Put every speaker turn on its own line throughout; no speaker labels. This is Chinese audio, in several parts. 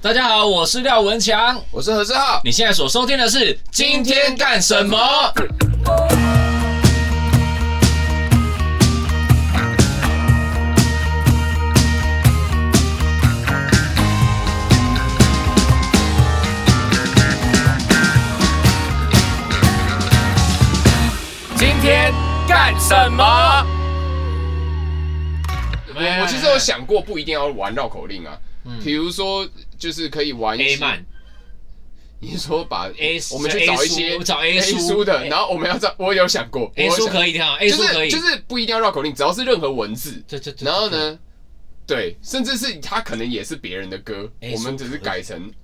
大家好，我是廖文强。
我是何志浩。
你现在所收听的是《今天干什么》。
今天干什么？
我我其实有想过，不一定要玩绕口令啊，比如说就是可以玩一
嗯 A
些
曼，
你是说把
A
我们去找
是
一
A
些
书找 A 书
书的，
A-
然后我们要找，我有想过
，A
我有
书
想
可以这样，A
就
书可
是
以，
就是不一定要绕口令，只要是任何文字，
对对对。
然后呢，对，甚至是它可能也是别人的歌，
A
我们
书
只是
可以
改成
对？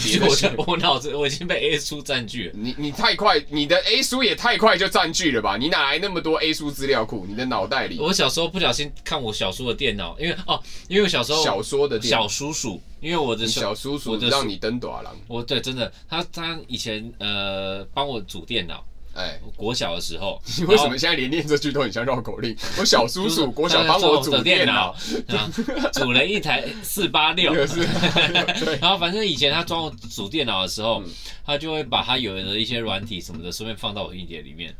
对不起， 我的我脑子我已经被 A 书占据了。
你你太快，你的 A 书也太快就占据了吧？你哪来那么多 A 书资料库？你的脑袋里
我小时候不小心看我小叔的电脑，因为哦，因为我小时候
小说的地
小叔叔，因为我的
小叔叔
我的
让你登短廊，
我对真的，他他以前呃帮我组电脑，
哎。
我国小的时候，
你为什么现在连念这句都很像绕口令？我小叔叔国小帮我组电脑，，
啊，组了一台四八六
这，个是对
然后反正以前他装我组电脑的时候
嗯，
他就会把他有的一些软体什么的，顺便放到我硬碟里面。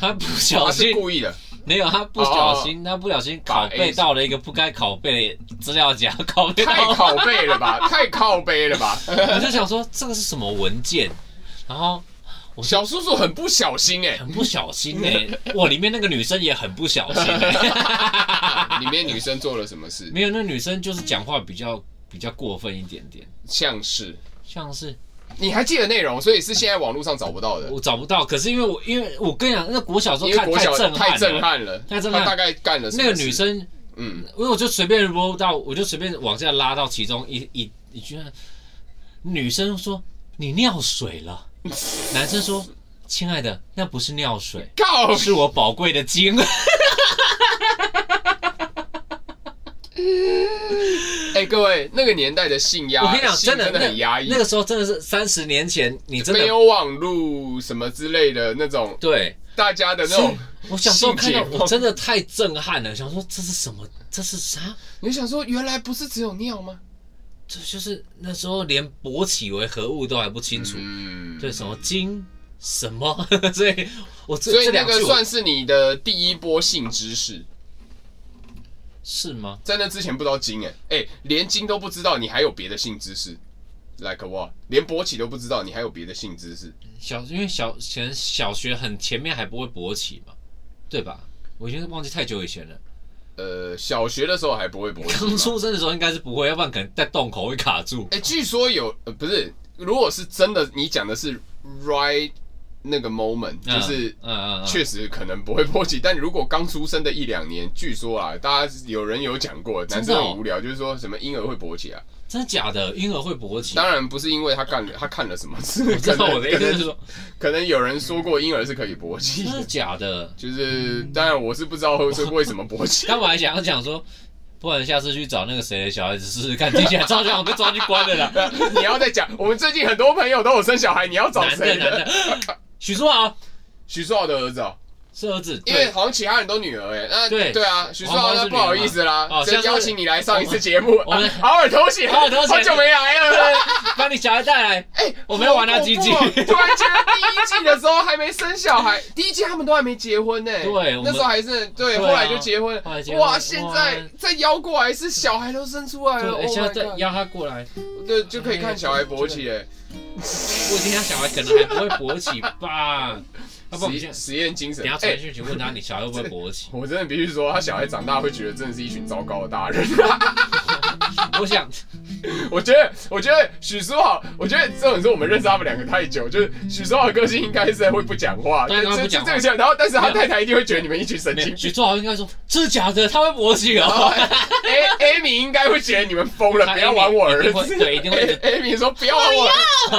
他不
他
小
啊是
心
故哦意的，
没有，他不小心，他不小心拷贝到了一个不该拷贝的资料夹，拷贝
太
到，
拷贝了吧， 太拷贝了吧！
我就想说这个是什么文件，然后
小叔叔很不小心哎、
很不小心哎、哇，里面那个女生也很不小心、欸，
里面女生做了什么事？
没有，那女生就是讲话比较比较过分一点点，
像是
像是
你还记得内容，所以是现在网络上找不到的，
我找不到，可是因为我因为我跟你讲，那国小时候
因为
看
国小
震撼
太
了，
震撼了，
太震撼
他大概干了什
那
么
个
事
女，生，
嗯，
因为我就随便 roll 到，我就随便往下拉到其中一一一句，女生说你尿水了， 男生说亲爱的，那不是尿 水，
靠，
是我宝贵的 精。
哎、各位，那个年代的性压，
我跟你讲，
性
真的，
的很压抑，
那那个时候真的是三十年前，你真
没
的
有网络什么之类的那种，
对。
大家的那
所以
种，
我小时候看到，
性解放
我真的太震撼了，想说这是什么？这是啥？
你想说原来不是只有尿吗？
这就是那时候连勃起为何物都还不清楚，
嗯，
对什么精什么， 所以我这
所以
这
那
两
个
句我
算是你的第一波性知识，
是吗？
在那之前不知道经哎、哎、连经都不知道，你还有别的性知识？Like what？连勃起都不知道，你还有别的性知识？
小因为小前小学很前面还不会勃起嘛，对吧？我已经忘记太久以前了，
呃，小学的时候还不会勃起
刚
吗。
出生的时候应该是不会，要不然可能在洞口会卡住。
哎、据说有，呃，不是，如果是真的，你讲的是 right 那个 moment，
嗯
就是。
嗯嗯嗯，
确实可能不会勃起，但如果刚出生的一两年，据说啊，大家有人有讲过，男
真
生
的哦嗯
很无聊，就是说什么婴儿会勃起啊，
真的假的？婴儿会勃起？
当然不是因为他干了他看了什么事，
我知道
可能
我的意思是
可能
说，
可能有人说过婴儿是可以勃起
真
的
的，假的？
就是，当然我是不知道是为什么勃起。
干嘛还想要讲说，不然下次去找那个谁的小孩子试试看，听起来超像我被抓去关了啦。
你 要再讲，我们最近很多朋友都有生小孩，你要找
男的
谁
男？的，许书豪
徐硕的儿子哦，
是儿子，
因为
对，
好像其他人都女儿哎，那
对
对啊，徐硕
王
豪
冠
那
是
不好
女儿嘛
意思啦
哦，
先
下次
邀请你来上一次节目，
我们
啊 好耳头 血，
好耳头血
好久没 来了。
把你小孩带来，
哎，
我们要玩他
好恐
几
怖
集
哦突然间第一季的时候还没生小孩， 第一季他们都还没结婚呢。
对我们
那时候还是
对
对，
啊
后来就结婚
后来结。婚
哇，现在
哇
再邀过来是小孩都生出来了
对，哎，
，Oh
现在
my
再
god！
邀他过来，
对，就可以看小孩勃起哎。
我听他小孩可能还不会勃起吧，要啊不然我们
实
现在
实验精神
等一下。
哎、
传讯去问他，你小孩会不会勃起？
我真的必须说，他小孩长大会觉得真的是一群糟糕的大人。啊哎
我想，
我觉得，我觉得许书豪，我觉得这种是我们认识他们两个太久，就是许书豪的个性应该是会不讲话，
对他会不讲话啊
这个像，然后但是他
没有
太太一定会觉得你们一群神
没有
经
许
病。
书豪应该说，真的假的？他会勃起
然后
哦。
A 哎 Amy 应该会觉得你们疯了，
他
不要玩我儿
一定会
子。
对一定会
A- Amy 说不要玩我儿子，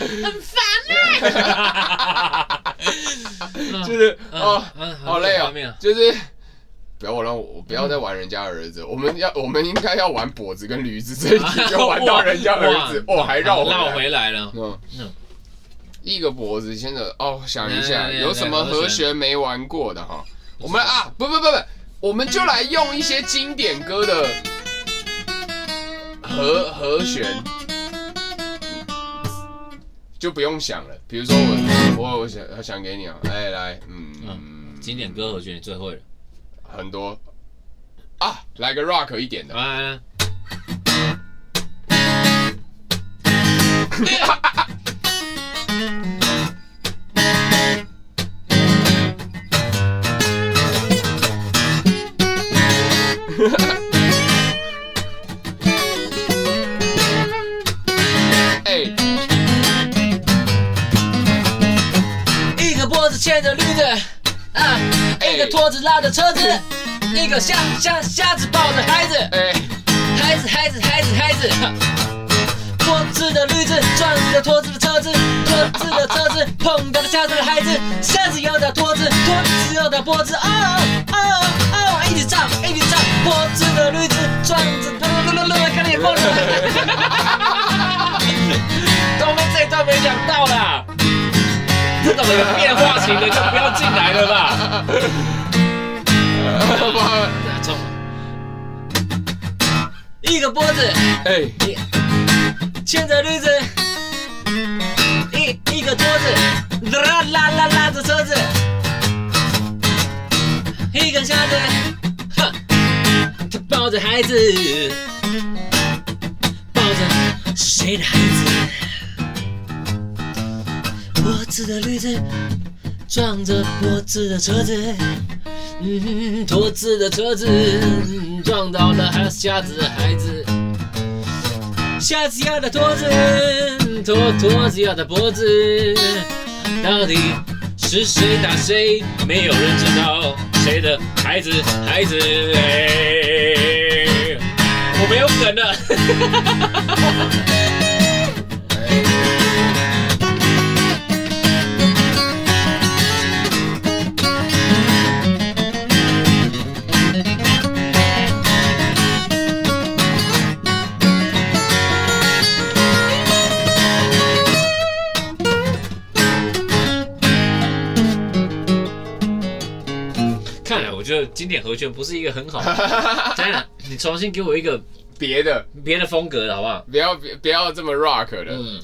很烦 啊！
就是哦，
嗯，
好累
啊
哦，，就是不要让我我不要再玩人家儿子，我们要我们应该要玩跛子跟驴子这一题，就玩到人家儿子，
哇
哦，还绕回
绕
来，
回来了。
嗯
嗯
一个脖子先着哦，想一
来来
下
来
有什么和弦没玩过的哈，我们啊不不不不，我们就来用一些经典歌的。和和弦，就不用想了。比如说我我我想我想给你啊，哎来，嗯，
经典歌和弦你最会了。
很多啊，来个 rock 一点的，
来来来，
哎，
一个脖子牵着驴子，啊，
哎
一个拖子拉着车子，一个瞎瞎瞎子抱着孩子。
哎，
孩子，孩子，孩子，孩子。拖子的驴子撞了拖子的车子，拖子的车子碰到了瞎子的孩子，瞎子又打拖子，拖子又打脖子，哦哦哦，一起唱，一起唱。脖子的驴子撞着，噜噜噜噜，看你疯了。都没这段没想到啦，这种有变化型的就不要进来了吧。一个脖子。
哎，
牵着驴子，一一个拖子，拉拉拉拉着车子，一个瞎子，哼，他抱着孩子，抱着谁的孩子？脖子的驴子撞着脖子的车子。嗯，拖子的车子、嗯撞到了还瞎子的孩子。瞎子要的拖子，拖拖子要的脖子，到底是谁打谁？没有人知道谁的孩子孩子。哎我没有梗啊了， 看来我觉得经典和弦不是一个很好的。 当然，你重新给我一个
别的
别的风格的好不好？
不要别不要这么 rock 的，
嗯，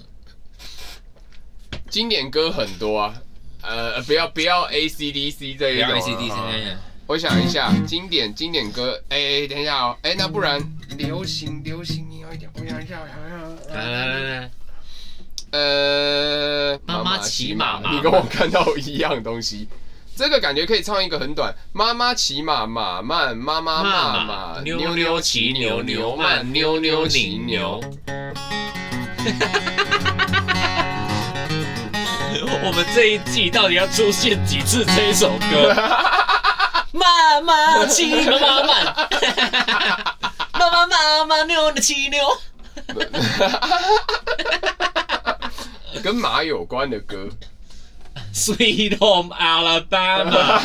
经典歌很多啊，呃，不要不要 A C D C 这
不
一
要
种、啊。
ACD
啊
现在。
我想一下，经典经典歌，哎、哎，等一下哦，哎、那不然流行流行你要一点，我想一下，我想一
来
下，
来来来，
呃，
妈妈骑马嘛
你跟我看到一样东西。这个感觉可以唱一个很短，妈妈骑马马慢，妈妈骂
骂
马
马，妞妞骑牛牛慢，妞妞拧 牛。。我们这一季到底要出现几次这一首歌？妈妈骑妈妈慢，妈妈妈妈牛的骑牛。
跟马有关的歌，
Sweet Home Alabama，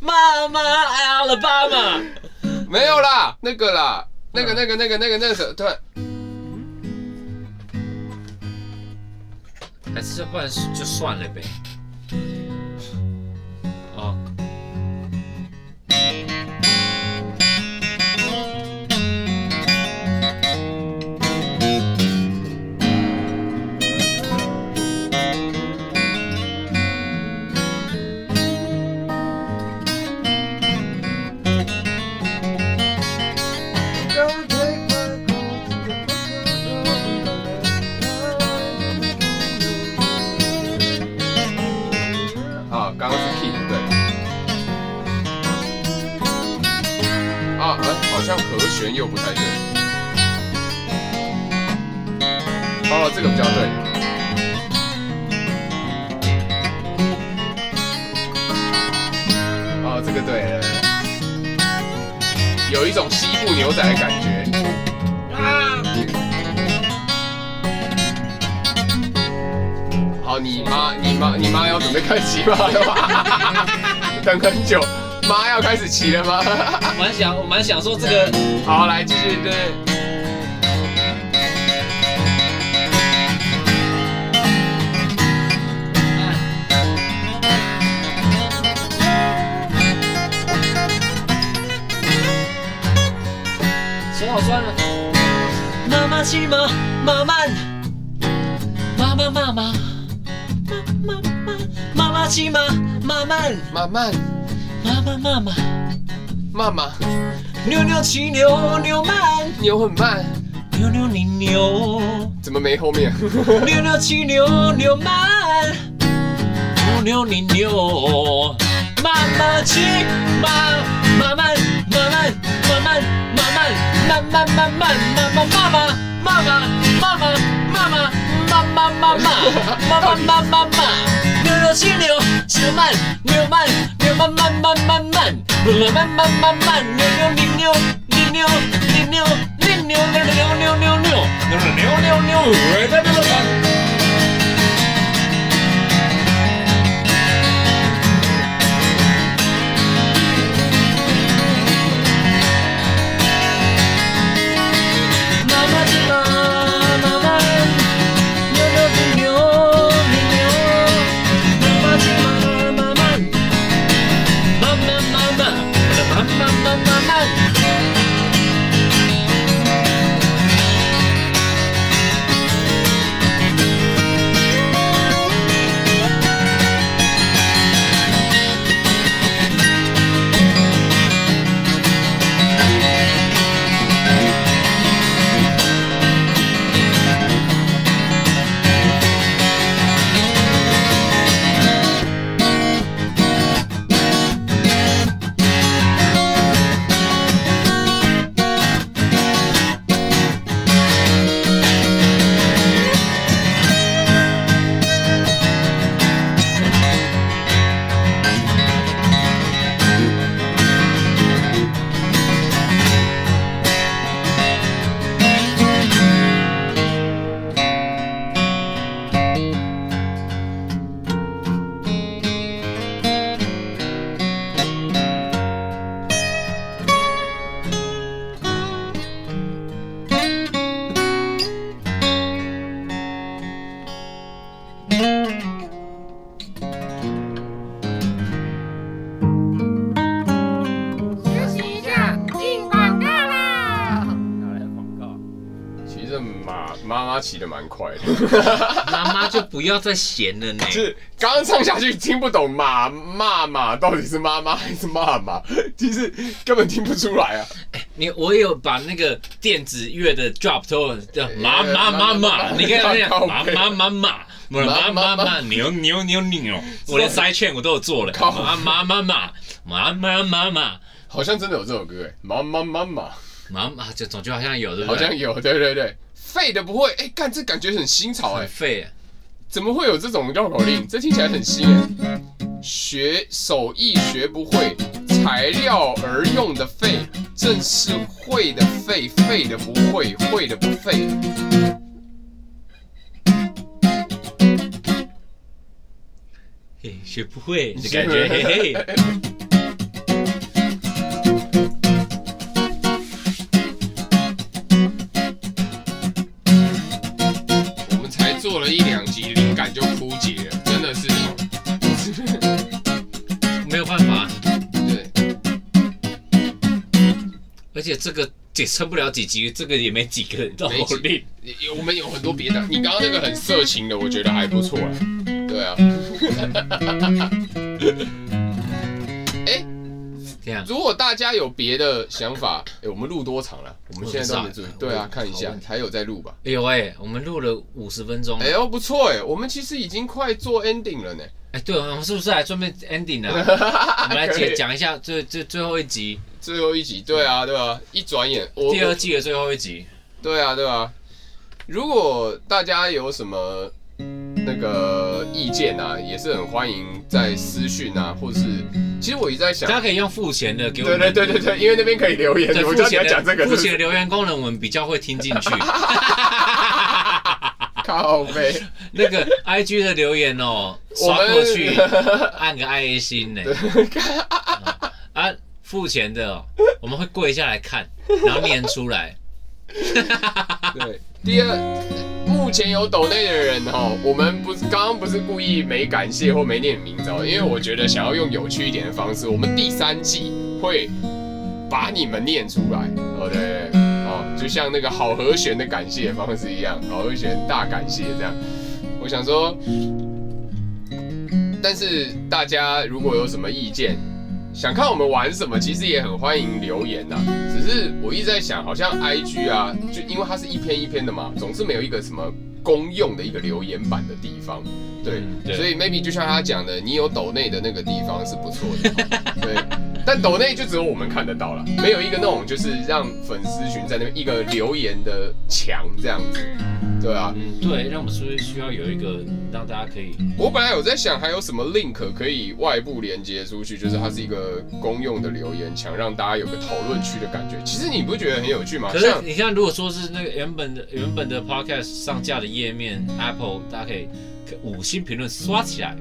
妈妈 Alabama，
没有啦，那个啦，那个那个那个那个那个什么，突然
还是要不然就算了呗。哦，
啊，刚刚是 key 对。啊，哎、好像和弦又不太对。哦，这个比较对。哦，这个对了。有一种西部牛仔的感觉。好，你妈，你妈，你妈要准备开始 骑马了吗？等很久，妈要开始骑了吗？
我蛮想，我蛮想说这个
好，来继续对。
牵手好酸啊！妈妈骑马，马慢，妈妈妈妈，妈妈妈，妈妈骑马，马慢，
慢慢，
妈妈妈妈，
慢慢，
牛牛骑牛牛慢，
牛很慢，
牛牛你牛，
怎么没后面？
牛牛骑牛牛慢，牛牛你牛，妈妈骑马，马慢，马慢，马慢，马慢，慢慢慢慢，妈妈妈妈，妈妈妈妈妈妈妈妈妈妈妈妈妈妈，牛牛骑牛骑慢，牛慢，牛慢慢慢慢慢，慢慢慢慢慢，牛牛你牛，你牛你牛你牛牛牛牛牛牛牛牛牛牛。妈妈骑马，妈妈牛牛比牛比牛。妈妈骑马，妈妈妈妈妈妈妈妈妈妈妈。
休息一下，进广告啦！
骑着马，妈妈骑的蛮快的，
妈妈就不要再闲了呢。
就是刚刚唱下去听不懂马骂马到底是妈妈还是骂马，其实根本听不出来啊。
你我有把那个电子乐的 drop 都叫妈妈妈妈，你看那样妈妈妈妈。妈妈妈牛牛牛牛！我连塞券我都有做了。妈妈妈妈妈妈妈妈
好像真的有这首歌哎，妈妈妈妈，
妈妈，这总就好像有对不
好
对？
像有，对对对，废的不会，哎、干这感觉很新潮哎、
很废。
怎么会有这种绕口令？这听起来很新哎。学手艺学不会，材料而用的废，正是会的废，废的不会，会的不废。
嘿，学不会的感觉，嘿嘿。
我们才做了一两集，灵感就枯竭了，真的是。
没有办法，
对，
而且这个也撑不了几集，这个也没几个人绕
没
口
几
令。
有我们有很多别的，你刚刚那个很色情的，我觉得还不错哎。对啊。 哎、
这样，
如果大家有别的想法，哎、我们录多长了？我们现在都没注意
我不知道
对啊
我，
看一下
好问，
还有在录吧？
哎呦喂，我们录了五十分钟了
哎。呦，不错哎，我们其实已经快做 ending 了呢。
哎，对，我们是不是还顺便 ending 了？我们来
可以
解讲一下最最最后一集，
最后一集，对啊，对啊，一转眼，我
第二季的最后一集。
对啊，对啊。如果大家有什么那个意见啊，也是很欢迎在私讯啊，或是其实我一直在想
大，家可以用付钱的给我
对
们，
对对对对，因为那边可以留言，
对
我
付
知道你要
钱
讲这个
的
是
付
不是
钱的留言功能，我们比较会听进去。
靠背，
那个 I G 的留言哦，
我
刷
们
过去按个爱心呢。啊，付钱的哦，我们会跪下来看，然后念出来。
对，第二，目前有抖内的人哈，我们不是刚刚不是故意没感谢或没念名字哦，因为我觉得想要用有趣一点的方式，我们第三季会把你们念出来。哦，对对对，哦，就像那个好和弦的感谢方式一样，好和弦大感谢这样。我想说，但是大家如果有什么意见，想看我们玩什么，其实也很欢迎留言呐、只是我一直在想，好像 IG 啊，就因为它是一篇一篇的嘛，总是没有一个什么公用的一个留言板的地方。对，
对
所以 maybe 就像他讲的，你有抖内的那个地方是不错的。对，但抖内就只有我们看得到了，没有一个那种就是让粉丝群在那边一个留言的墙这样子。对啊，
嗯，对，那我们是不是需要有一个让大家可以
我本来有在想还有什么 link 可以外部连接出去，就是它是一个公用的留言墙，让大家有个讨论区的感觉。其实你不觉得很有趣吗？
可是
像
你看，如果说是那个原本的原本的 podcast 上架的页面，Apple 大家可以可五星评论刷起来，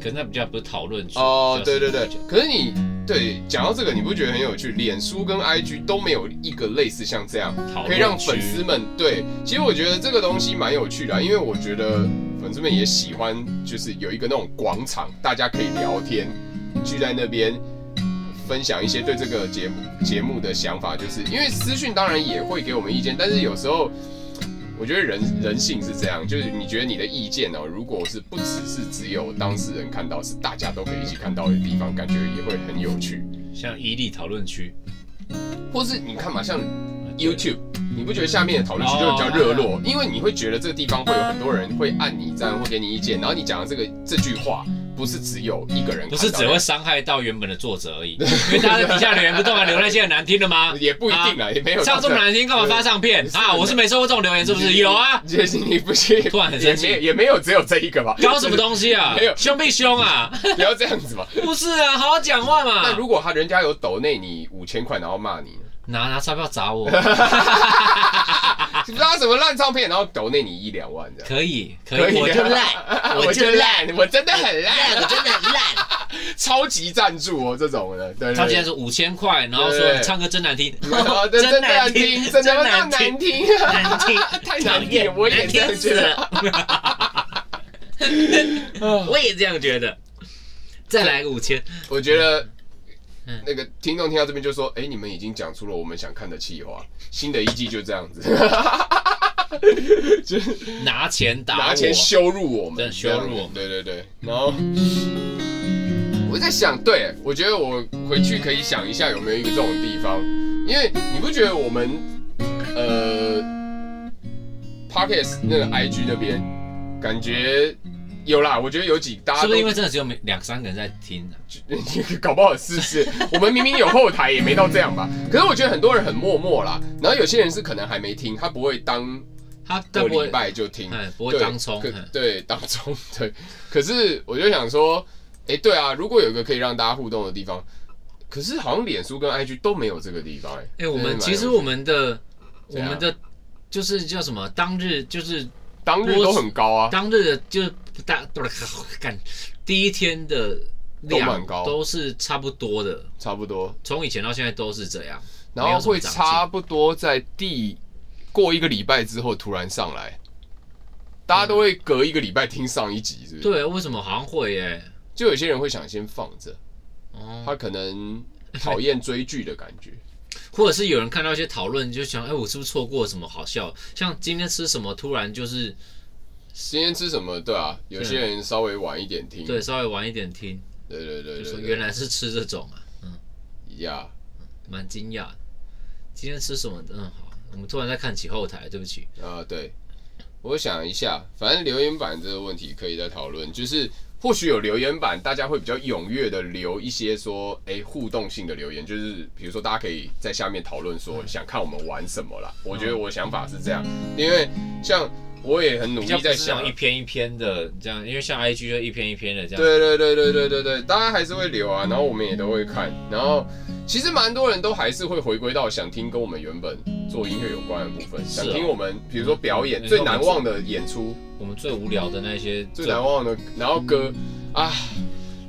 可能那比较不是讨论区
哦，
比较
对
是
对对
比较，
可是你对讲到这个，你不觉得很有趣？脸书跟 IG 都没有一个类似像这样
讨论区
可以让粉丝们对。其实我觉得这个东西蛮有趣的啊、因为我觉得粉丝们也喜欢，就是有一个那种广场，大家可以聊天，聚在那边分享一些对这个节目节目的想法，就是因为私讯当然也会给我们意见，但是有时候。我觉得人人性是这样，就是你觉得你的意见哦，如果是不只是只有当事人看到，是大家都可以一起看到的地方，感觉也会很有趣。
像伊利讨论区
或是你看嘛，像
呃
YouTube，你不觉得下面的讨论区
哦
就会比较热
啊
络？因为你会觉得这个地方会有很多人会按你赞，会给你意见，然后你讲的这个这句话不是只有一个人看到，哎
不是只会伤害到原本的作者而 已，因为大家在底下留言不都把留那些很难听的吗？
也不一定啦，也没有
唱啊这么难听，干嘛发唱片
是
啊？我是没收过这种留言，是不是？有啊，
杰西，你不信？
突然很生
也
气
没有也没有只有这一个吧？
搞什么 东西啊
没有？
凶必凶 啊！
不要这样子嘛。
不是啊，好好讲话
那
嘛！
如果他人家有抖内你五千块，然后骂你呢？
拿拿钞票砸 我，啊
是不知道什么烂唱片，然后抖内你一两万这样。
可以可
可
以，
以啊的
我就 烂，
我
我
就
就烂。
烂，我真的很烂，
我真的很烂。
超级赞助哦，这种的，对对对
他竟然说五千块，然后
对
说
对
你唱歌真 难听，
然后真真难听，真的
难听
难听，
难听
太难听了，我也这样觉得。
我也这样觉得。再来个五千，
我觉得
嗯
那个听众听到这边就说：“哎、你们已经讲出了我们想看的企划，新的一季就这样子，就是
拿钱打我，
拿钱羞辱我们，
真的羞辱我们
对对对，然后。”我在想，对我觉得我回去可以想一下有没有一个这种地方，因为你不觉得我们呃 p o c k e t 那个 IG 那边感觉有啦，我觉得有几大家
是不
都
是因为真的只有没两三个人在听啊？
搞不好是不是？我们明明有后台，也没到这样吧？可是我觉得很多人很默默啦，然后有些人是可能还没听，他不会当
他
个
但不
礼
会，
拜就听，
哎，不会
对，
当冲，
可
嗯
对，当冲，对。可是我就想说，哎，对啊，如果有一个可以让大家互动的地方，可是好像脸书跟 IG 都没有这个地方，哎，
哎，我
真的
们
蛮
其实
有趣
我们的我
怎样
们的就是叫什么？当日就是
当日都很高啊，
当日的就是大不是干第一天的
都
量
蛮高
都是差不多的，
差不多，
从以前到现在都是这样。
然
没
后
有什么
会
长进
差不多在第过一个礼拜之后突然上来，大家都会隔一个礼拜听上一集，是不是？
对，为什么好像会耶？
就有些人会想先放着，
哦，
他可能讨厌追剧的感觉。
或者是有人看到一些讨论，就想，哎，我是不是错过什么好笑？像今天吃什么，突然 就是
今天吃什么？对啊，有些人稍微晚一点听。
对，稍微晚一点听，
对对对
就
对
说
对，
原来是吃这种啊，
呀
蛮惊讶的。今天吃什么？嗯，好，我们突然在看起后台，对不起。
啊、对，我想一下，反正留言板这个问题可以再讨论，就是或许有留言板，大家会比较踊跃的留一些说，哎、互动性的留言，就是比如说大家可以在下面讨论
嗯
说想看我们玩什么啦。我觉得我想法是这样，因为像我也很努
比
力
较不
在
是那
想啊
种一篇一篇的这样，因为像 IG 就一篇一篇的这样。
对对对对对对对，大家还是会留啊，然后我们也都会看，然后其实蛮多人都还是会回归到想听跟我们原本做音乐有关的部分，
是
想
哦
听我们比如说表演
嗯
最难忘的演出，
我们最无聊的那些，
最难忘的，然后歌啊，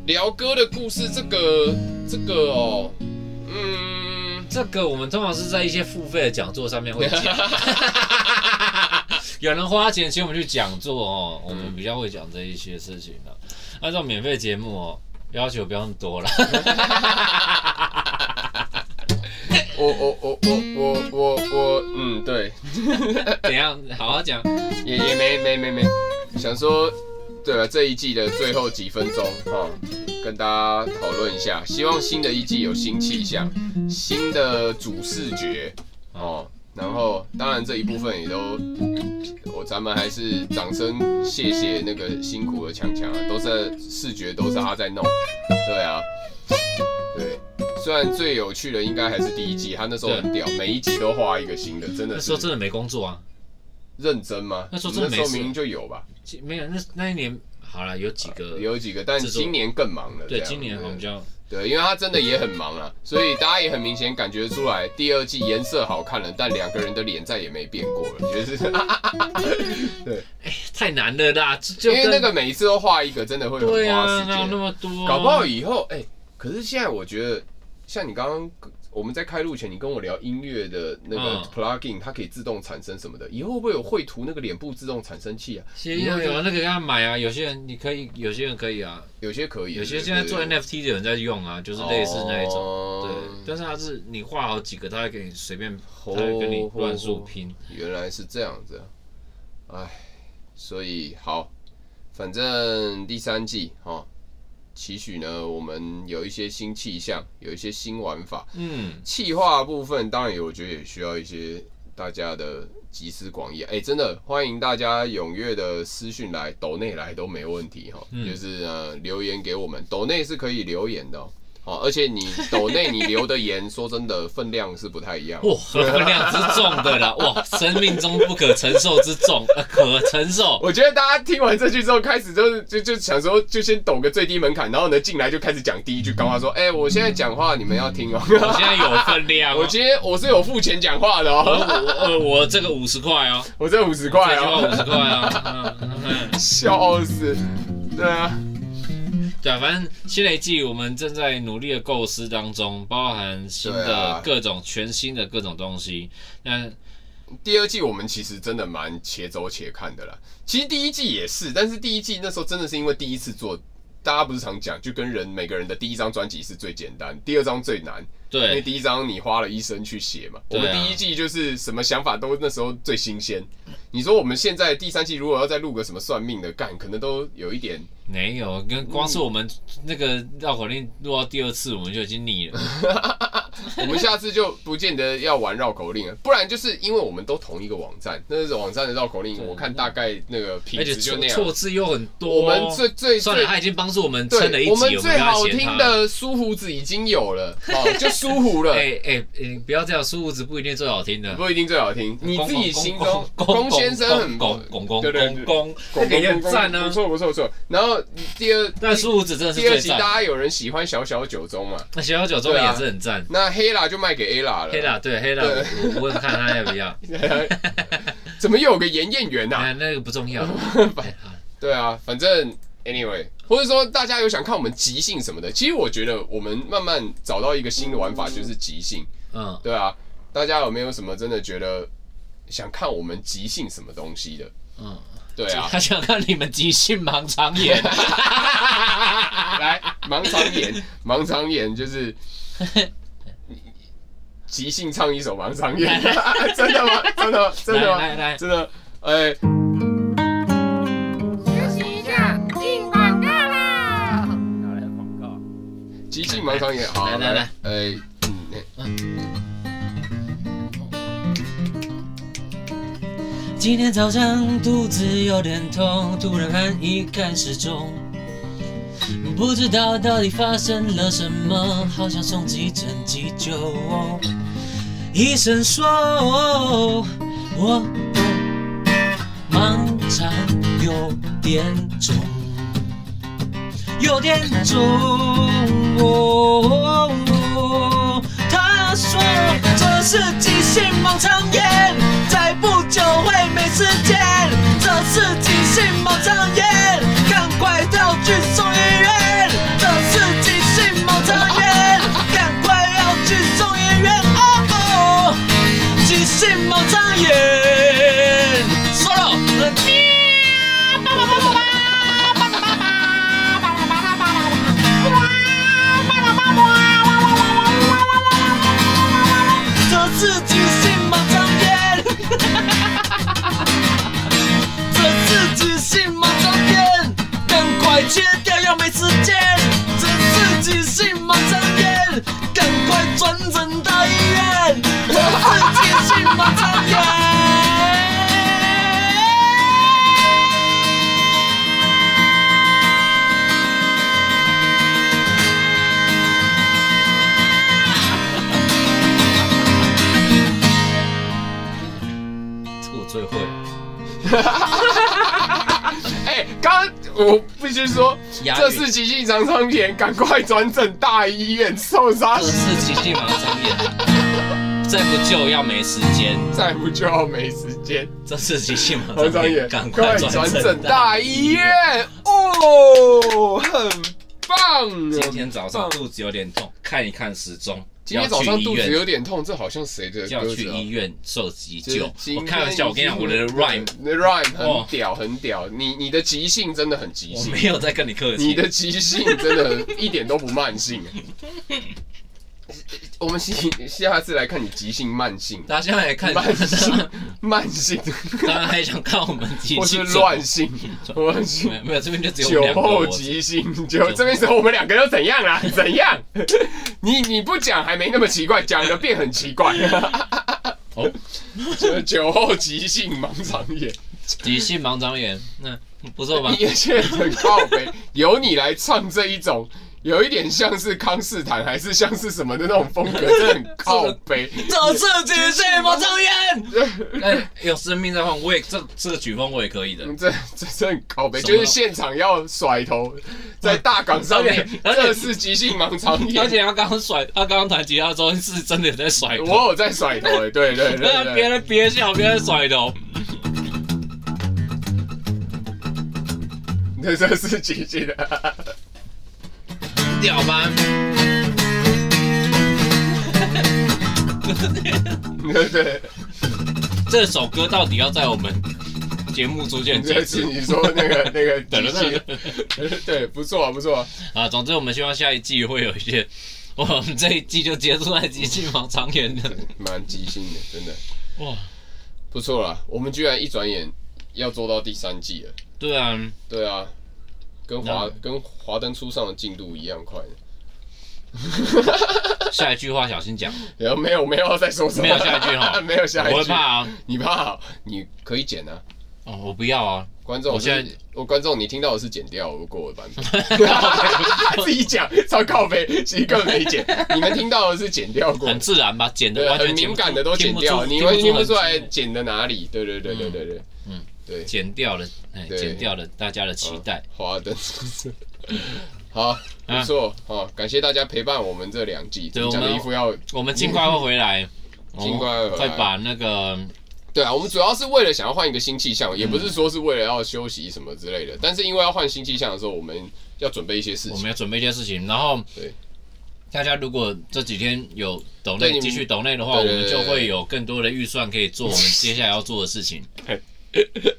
聊歌的故事，这个这个哦，嗯，
这个我们通常是在一些付费的讲座上面会 讲。有人花钱请我们去讲座哦，
嗯
我们比较会讲这一些事情的、按照免费节目哦，要求不要那么多 了。
我我我我我我我，嗯，对，
怎样？好好讲。
也也没没没没，想说，对啊，这一季的最后几分钟哈、哦，跟大家讨论一下，希望新的一季有新气象，新的主视觉哦。然后，当然这一部分也都，我咱们还是掌声谢谢那个辛苦的强强啊，都是视觉都是他在弄，对啊，对。虽然最有趣的应该还是第一季，他那时候很屌，每一集都画一个新的，真
那
的
时
是
候真的没工作啊，
认真吗？
那时候
你
真的
那时候
没事
明明就有吧。
其没有那那一年好了，有几个
有几个，但
呃制作
今年更忙了。
对，
这样
今年好像比较
对，因为他真的也很忙啊，所以大家也很明显感觉出来，第二季颜色好看了，但两个人的脸再也没变过了，就是
啊太难了啦，这就
因为
跟
那个每一次都画一个，真的会很
对
花
啊，
时
哪有那
间。
么多？
搞不好以后，哎，可是现在我觉得，像你刚刚我们在开录前，你跟我聊音乐的那个
嗯
plugin，它可以自动产生什么的，以后会不会有绘图那个脸部自动产生器啊？
其实有有那个要买啊，有些人你可以，有些人可以啊，
有些可以，
有些
对
现在做
对
NFT 的人在用啊，就是类似那一种。对
哦，
但是它是你画好几个，它会给你随便，它会跟
哦
你乱数拼。
原来是这样子啊，哎，所以好，反正第三季哈，期许呢我们有一些新气象，有一些新玩法。
嗯，
气化部分当然也我觉得也需要一些大家的集思广益啊。哎、真的欢迎大家踊跃的私讯来，抖内来都没问题哈、
嗯
就是呃留言给我们，抖内是可以留言的哦。好，而且你抖内你留的言， 说真的分量是不太一样的。
哇，分量之重的啦， 哇，生命中不可承受之重，呃可承受。
我觉得大家听完这句之后，开始就是就就想说，就先抖个最低门槛，然后呢进来就开始讲第一句干话，说：“哎、我现在讲话你们要听哦。
我现在有分量哦，
我今天我是有付钱讲话的
我
哦，
我呃我这个五十块哦，
我这五十块
这句话五
哦，
十块哦。嗯嗯
笑死！对啊，
对啊，反正新的一季我们正在努力的构思当中，包含新
对
的
啊
各种、全新的各种东西。那
第二季我们其实真的蛮且走且看的啦。其实第一季也是，但是第一季那时候真的是因为第一次做，大家不是常讲，就跟人每个人的第一张专辑是最简单，第二张最难。因为
对
第一章你花了一生去写嘛，
对
我
啊
们第一季就是什么想法都那时候最新鲜。你说我们现在第三季如果要再录个什么算命的干，可能都有一 点
没有，跟光是我们那个绕口令录到第二次，我们就已经腻了。
我们下次就不见得要玩绕口令了，啊不然就是因为我们都同一个网站，那是网站的绕口令，
对
我看大概那个品
而且
质就
错
那
错
样。
字又很多。
我们最最
算了，
最
他已经帮助我们撑了一
对，
集，
我
我
们
不要
最好
嫌
听
他。
的苏胡子已经有了，哦，就苏胡了。
哎哎，哎不要这样，苏胡子不一定最好听的。
不一定最好听，你自己心中龚先生很
龚龚龚
对对对
龚龚，那个也很赞
不
啊。
错不错不错。然后第二，
但苏胡子真的是
第二
最
集大
赞。
家有人喜欢小小九中嘛？
那小小九中
对
也
啊
是很赞。
那黑啦就卖给 A 啦了。
黑啦，对黑啦，我我问看他要不要。
怎么又有个盐演员呐？
哎，那个不重 要。哎好
啊对啊，反正 anyway，或者说大家有想看我们即兴什么的，其实我觉得我们慢慢找到一个新的玩法，就是即兴。
嗯，
对啊，大家有没有什么真的觉得想看我们即兴什么东西的？
嗯
嗯，对啊，
他想看你们即兴盲肠 炎。
来，盲肠 炎，盲肠炎就是即兴唱一首盲肠炎， 真的吗？真的吗？真的
来来来
吗？真的，哎，
休息一下，进广告啦！
即兴盲肠炎，好，
来来
来
来，
哎，嗯，哎
今天早上肚子有点痛，突然看一看时钟，不知道到底发生了什么，好想送急诊急救。哦医生说我盲肠有点重，有点重。哦哦他说这是急性盲肠炎，再不久会没时间。这是急性盲肠炎，赶快要去送医院。这是急性盲肠炎，赶快要去送医院。哦哦，急性盲肠炎。solo。这次急性盲肠炎，
马上
这我最会，
哎，刚刚我必须说，
押韵
这是急性肠肠炎，赶快转诊大医院受伤
二，次急性盲肠炎，再不救要没时间。
再不就要没时间。
这次急性 盲
黄
肠
长
炎，
野，
赶
快
快
转
转
诊
诊
大医院哦，很棒。
今天早上
很棒
肚子有点痛，看一看时钟，
嗯今天早上肚子
要去医院
有点痛，这好像谁的
要
歌
去
词啊
医？院受急
就是
救。
今
我
天
开玩笑，我跟你讲，我的
已经
rhyme
你的 rhyme
哦
很屌，很屌。你你的即兴真的很即
我
兴
没，有在跟你客气。
你的即兴真的一点都不慢性。欸我们下下次来看你即兴 慢性，
大家现在来看，
慢 性慢性，
当然还想看我们急
或是
性
乱性，乱性
没。有没有，这边就只有 我们两
酒
个
后
我。
即兴，酒这边时候我们两个又怎样啦？怎样？ 你你不讲还没那么奇怪，讲的变很奇怪。
哦
酒酒后即兴盲肠炎，
急性盲肠炎，那不 错吧？
你也确实很靠北，由你来唱这一种。有一点像是康斯坦，还是像是什么的那种风格，真的 很靠北。
这次急性盲肠炎，哎，有生命在换，我也这这个曲风我也可以的。
这这真的很靠北，
什么
就是现场要甩头，在大港上面，
而且
这是即兴盲肠炎。
而且他刚刚甩，他刚刚弹吉他的时候是真的有在甩头，
我有在甩头、欸，对对对对
让别人憋笑，别人甩头。
那这是极致的，
屌吗？
对对，
这首歌到底要在我们节目出现
这
几
是
次
你说那个那 个
等了
极致，对，不错啊不错啊，
啊？总之，我们希望下一季会有一些，我们这一季就结束在极性盲肠炎 的。
蛮即兴的，真的
哇，
不错啦。我们居然一转眼要做到第三季了，
对啊，
对啊，跟华
那
跟华灯初上的进度一样快。
下一句话小心讲，
然后没有 没有再说什么，
没有下一句哈
没有
我
下一句，
会怕啊。
你怕哦，你可以剪啊。
哦，我不要啊！
观众，
我
我
现在
现在我观众，你听到的是剪掉我过的版本， 自己讲超靠背，其实根本没剪。你们听到的是剪掉过
很，自然吧，剪的
对，啊
完全
很
剪
敏
不
感
出
的都剪掉，啊
出
你们哎听不
很
出来
清
剪的哪里？对对对对对对，
嗯
嗯，对，
剪掉了，哎，
对嗯
剪掉了大家的期待。
华灯， 好，不错，好，感谢大家陪啊伴我们这两季，
对
你讲
我
的
们
衣服要，
我们尽快会回来，
尽快会回来
再把那个
对啊，我们主要是为了想要换一个新气象，也不是说是为了要休息什么之类的，但是因为要换新气象的时候，我们要准备一些事
我
情
们。要准备一些事情，然后
对
大家如果这几天有抖内
对你们
继续抖内的话，我
对对对
们就会有更多的预算可以做我们接下来要做的事 情。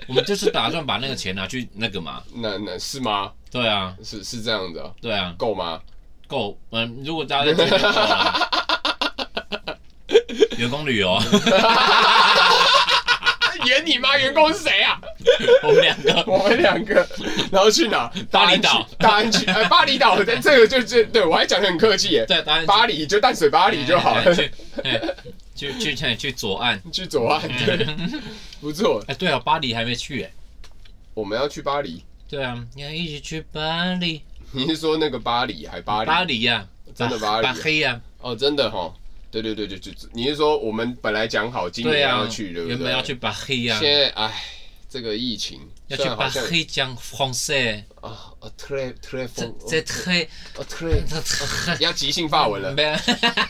我们就是打算把那个钱拿去那个嘛，
那那是吗？
对啊，
是是这样子啊，
对啊，
够吗？
够，嗯，如果大家觉得够啊， 员工旅游 啊，
演你妈！员工是谁啊？
我们两个
我们两个，然后去哪？
巴厘岛
大安区，大安区，哎，巴厘岛，这这个就这，对我还讲得很客气耶。
在当然
巴黎就淡水巴黎就好了，
去哎去去去去左岸，
去左岸，对，不错。
哎，对啊，巴黎还没去哎，
我们要去巴黎，
对啊，你要一起去巴黎，
你是说那个巴黎还巴黎？
巴黎呀，
真的巴黎
巴黑啊呀。
哦，真的哈。对对对对对，就你是说我们本来讲好今年
对啊，
要去，对不对？
原本要去。巴黑呀、
现在唉，这个疫情，
要
虽
去
然
巴
好像
黑讲 français，
啊，哦，très très
这
fort，
这très
哦，très
这très
要即兴发文了。
没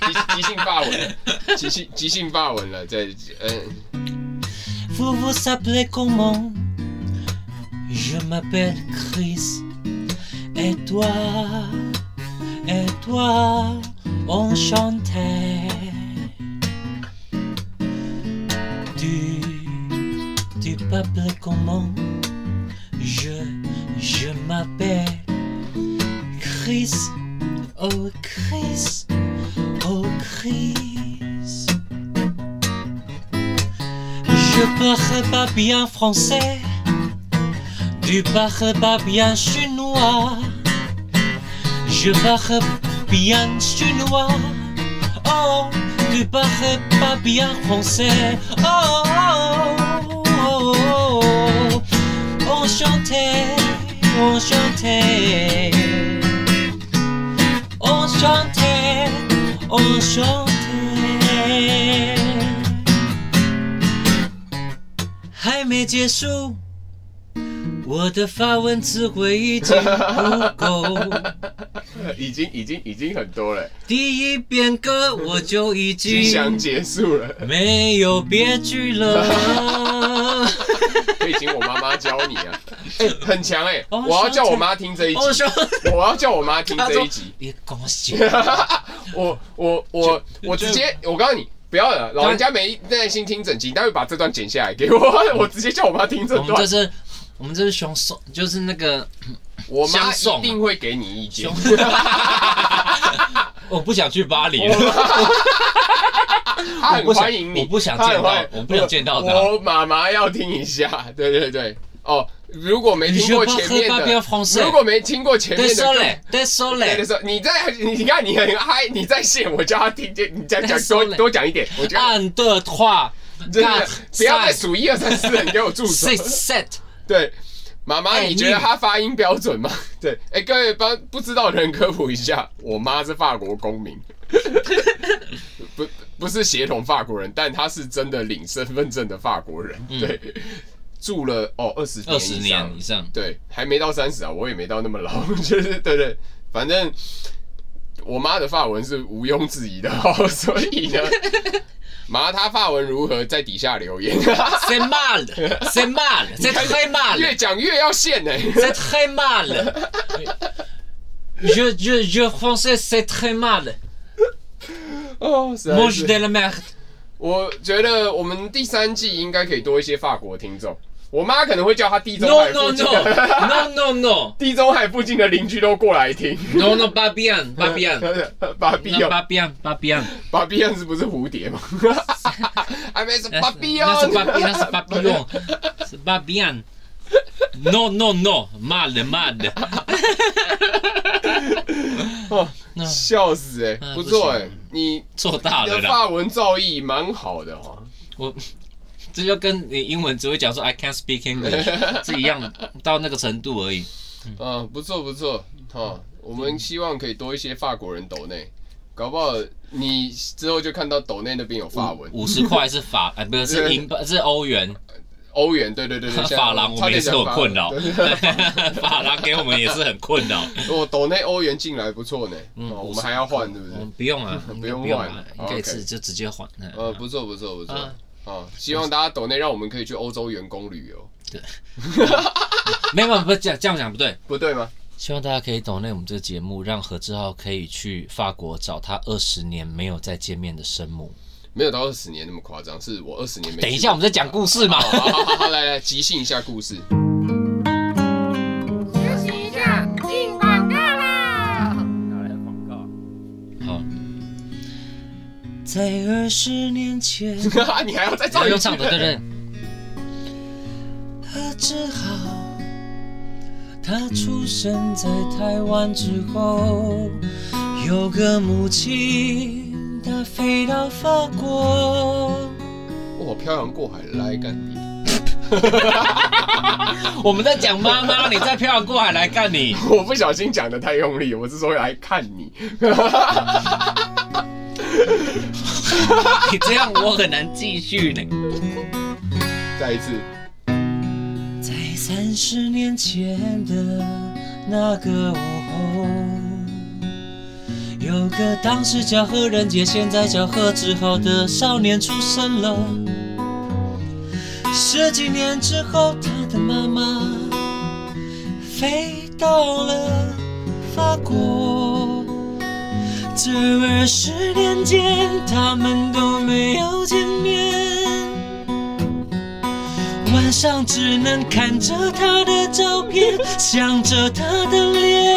即即兴发文， 即兴即兴发文了，在嗯，
Vous vous appelez comment Je m'appelle Chris. Et toi Et toi On chantait. Tu Tu m'appelles comment Je Je m'appelle Chris. Oh Chris. Oh Chris. Je parle pas bien français, tu parles pas bien chinois, je parle bien chinois, oh, tu parles pas bien français. Oh, oh, oh, oh, oh. on chantait, on chantait, on chantait, on chantait.还没结束，我的法文词汇已经不够。
已经已经已经很多了，
第一遍歌我就已
吉祥
经
结束了，
没有别句了。
这已经我妈妈教你 啊，哎、很强哎、
哦
我要叫我妈听这一
我
哦
集，
说，
我要叫我妈听
他
这
说
一集，
别跟我写，
我我我
就
我直接，我告诉你。不要了，老人家没耐心听整集，待会把这段剪下来给我，我直接叫我妈听这
我们这
段。
是，我们这是熊送，就是那个
我妈
相送啊
一定会给你意见
熊。。 我不想去巴黎了。
他很欢迎你，
我不想见到
她很欢迎
我不想见到她
我妈妈要听一下，对对对，哦，如果没听过前面
Je parle pas bien
的，
français
如果没听过前面的歌，
Désolé,
对的
désolé.
时候，你在你看你很嗨，你在线，我叫他听见，你再讲
Désolé
多多讲一点，我觉得
按的话，
真的
quatre,
不要再
cinq,
数一二三四，你给我住手
six,。set.
对，妈妈，
哎
你觉得
你
她发音标准吗？对，哎，各位帮不知道的人科普一下，
嗯
我妈是法国公 民，不不是协同法国人，但她是真的领身份证的法国人，对，住了哦二十
嗯二十年以上，
对，还没到三十啊，我也没到那么老， 就是对对，反正我妈的发文是毋庸置疑的哦， 所 以呢，妈她发文如何，在底下 留言，
c'est mal, c'est mal, c'est très mal.
越讲越要现欸呢、
C'est très mal. Je, je, je français, c'est très mal.
哦，实在
Mange
是
de la merde.
我觉得我们第三季应该可以多一些法国听众，我妈可能会叫她地中
No,
海附
no,
近
no.
的
No, no, no.
地中海附近的邻居都过来听，
Non, non, pas bien, pas bien.
芭比
Non,
哦，
pas bien, pas bien.
芭比是不是蝴蝶 吗？还没是
Non,
芭
c'est-
比
non,
哦，
c'est pas bien, c'est pas bien. C'est pas bien. Non, non, non. Mal, mal.
哦笑死哎、
嗯
不错哎、
不
你
做大
你
了
的
啦。
法文造诣蛮好的哦。
我这就跟你英文只会讲说 I can't speak English 是一样的，到那个程度而已。
嗯，不错不错
嗯
哦。我们希望可以多一些法国人抖内，搞不好你之后就看到抖内那边有法文、
五十块是法，哎，不是是英镑，是欧元。
欧元，对对对对，
法郎我
差
们也
点
是
讲
很
法
困扰
对，
法郎给我们也是很困扰。
我抖内欧元进来不错呢，
嗯
哦，我
不
们
是
还要换是不是
我？们不用啊，
不
不
用
用
换
啊，
哦
应该
OK
是就直接还。嗯
呃，不错不错不错
啊
哦，希望大家抖内让我们可以去欧洲员工旅游，
没有，没有不这样这样讲不对。
不对吗？
希望大家可以懂内我们这个节目，让何志浩可以去法国找他二十年没有再见面的生母。
没有到二十年那么夸张，是我二十年没去过。哦
等一下，我们在讲故事嘛。
好好好好，来来即兴一下故事。
休息一下，进广告啦！
好，
在二十年前，
你还要再造
要
一
用
句
唱的，对不对？
何志豪，他出生在台湾之后，有个母亲，他飞到法国。
哇，漂洋过海来干爹，
我们在讲妈妈，你再漂洋过海来干你。
我不小心讲的太用力，我是说来看你。
你这样我很难继续呢。
再一次，
在三十年前的那个午后，有个当时叫何仁杰，现在叫何志豪的少年出生了。十几年之后，他的妈妈飞到了法国。这二十年间，他们都没有见面。晚上只能看着她的照片，想着她的脸。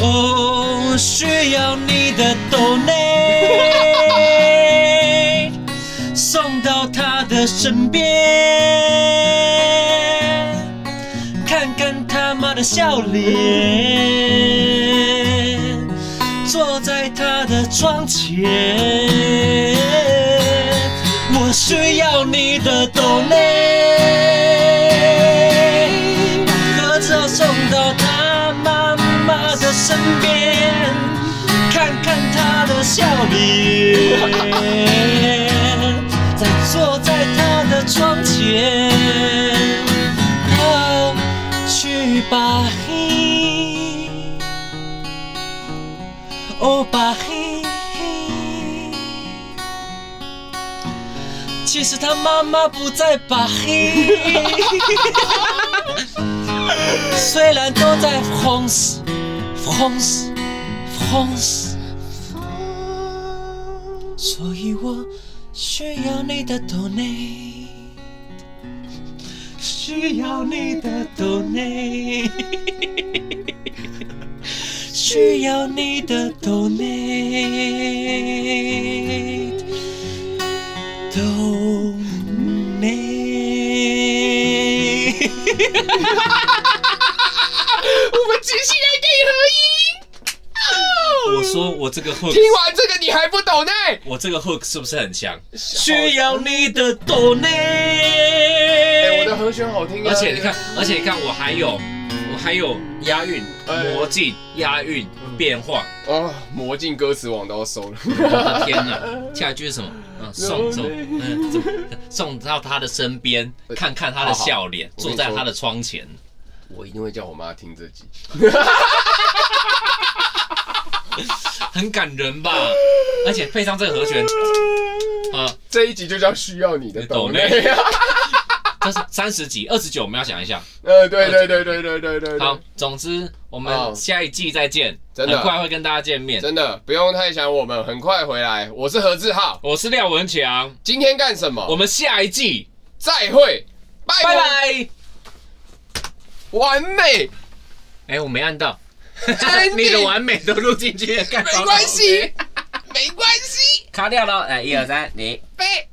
哦，需要你的豆内送到她的身边，看看他妈的笑脸。坐在窗前。我需要你的抖内，把合照送到他妈妈的身边，看看他的笑脸，再坐在他的窗前。哦，去吧嘿，哦吧嘿。其实他妈妈不在巴黑，虽然都在 France France France，所以我需要你的 donate，需要你的 donate，需要你的 donate。都没。
我们只是来给合音。
我说我这个 hook，
听完这个你还不懂呢？
我这个 hook 是不是很强？
需要你的抖
哎，我
内
的，和弦好听啊！
而且你看，而且你看，我还有，我还有押韵、
哎
魔镜、押韵、变化。
哦，魔镜歌词网都 要收了。
天 哪！下一句是什么？嗯，送送，嗯，怎么送到他的身 边，看看他的笑脸，
好好
坐在他的窗前。
我一定会叫我妈听这集。
很感人 吧？而且配上这个和弦，啊、
这一集就叫需要你的抖内。
这是三十集、二十九，我们要想一下。
呃，对对对对对对对
好
对，，
总之我
哦
们下一季再见，
真的
很快会跟大家见面。
真的不用太想我们，很快回来。我是何志浩，
我是廖文强，
今天干什么？
我们下一季
再会，拜
拜拜。
完美，
哎、我没按 到，
Ending
你的完美都录进去了，没
没关，系，没关系，
卡掉了。哎，一二三，你。
拜。